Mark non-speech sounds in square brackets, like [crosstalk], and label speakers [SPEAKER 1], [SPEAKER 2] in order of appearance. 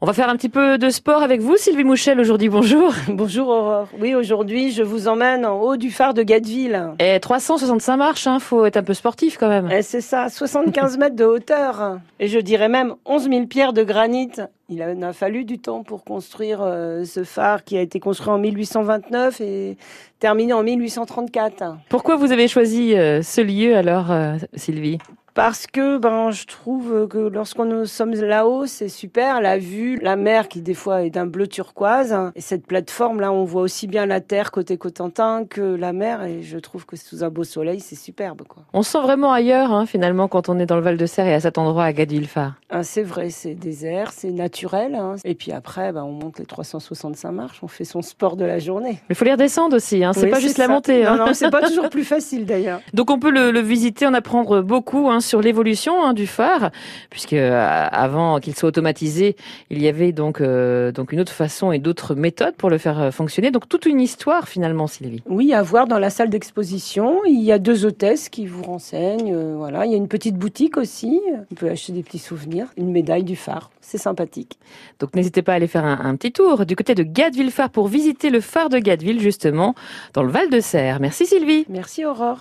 [SPEAKER 1] On va faire un petit peu de sport avec vous, Sylvie Mouchel, aujourd'hui. Bonjour.
[SPEAKER 2] Bonjour Aurore. Oui, aujourd'hui, je vous emmène en haut du phare de Gatteville.
[SPEAKER 1] Et 365 marches, hein, faut être un peu sportif quand même.
[SPEAKER 2] Eh, c'est ça, 75 mètres de hauteur. Et je dirais même 11 000 pierres de granit. Il en a fallu du temps pour construire euh, ce phare qui a été construit en 1829 et terminé en 1834.
[SPEAKER 1] Pourquoi vous avez choisi euh, ce lieu alors, euh, Sylvie
[SPEAKER 2] Parce que ben, je trouve que lorsqu'on nous sommes là-haut, c'est super. La vue, la mer qui des fois est d'un bleu turquoise. Et cette plateforme-là, on voit aussi bien la terre côté Cotentin que la mer. Et je trouve que sous un beau soleil, c'est superbe. Quoi.
[SPEAKER 1] On se sent vraiment ailleurs hein, finalement quand on est dans le Val de Serre et à cet endroit à Gadville-Phare.
[SPEAKER 2] Hein, c'est vrai, c'est désert, c'est naturel. hein. Et puis après, ben, on monte les 365 marches, on fait son sport de la journée.
[SPEAKER 1] Mais faut les redescendre aussi, hein, c'est
[SPEAKER 2] Oui,
[SPEAKER 1] pas juste la
[SPEAKER 2] ça.
[SPEAKER 1] montée. hein.
[SPEAKER 2] Non, non, c'est pas
[SPEAKER 1] [laughs]
[SPEAKER 2] toujours plus facile d'ailleurs.
[SPEAKER 1] Donc on peut le, le visiter, en apprendre beaucoup hein, sur l'évolution hein, du phare, puisque euh, avant qu'il soit automatisé, il y avait donc euh, donc une autre façon et d'autres méthodes pour le faire euh, fonctionner. Donc toute une histoire finalement, Sylvie.
[SPEAKER 2] Oui, à voir dans la salle d'exposition. Il y a deux hôtesses qui vous renseignent. euh, voilà, il y a une petite boutique aussi. On peut acheter des petits souvenirs, une médaille du phare. C'est sympathique.
[SPEAKER 1] Donc n'hésitez pas à aller faire un, un petit tour du côté de Gadeville Phare pour visiter le phare de Gadeville justement dans le Val de Serre. Merci Sylvie.
[SPEAKER 2] Merci Aurore.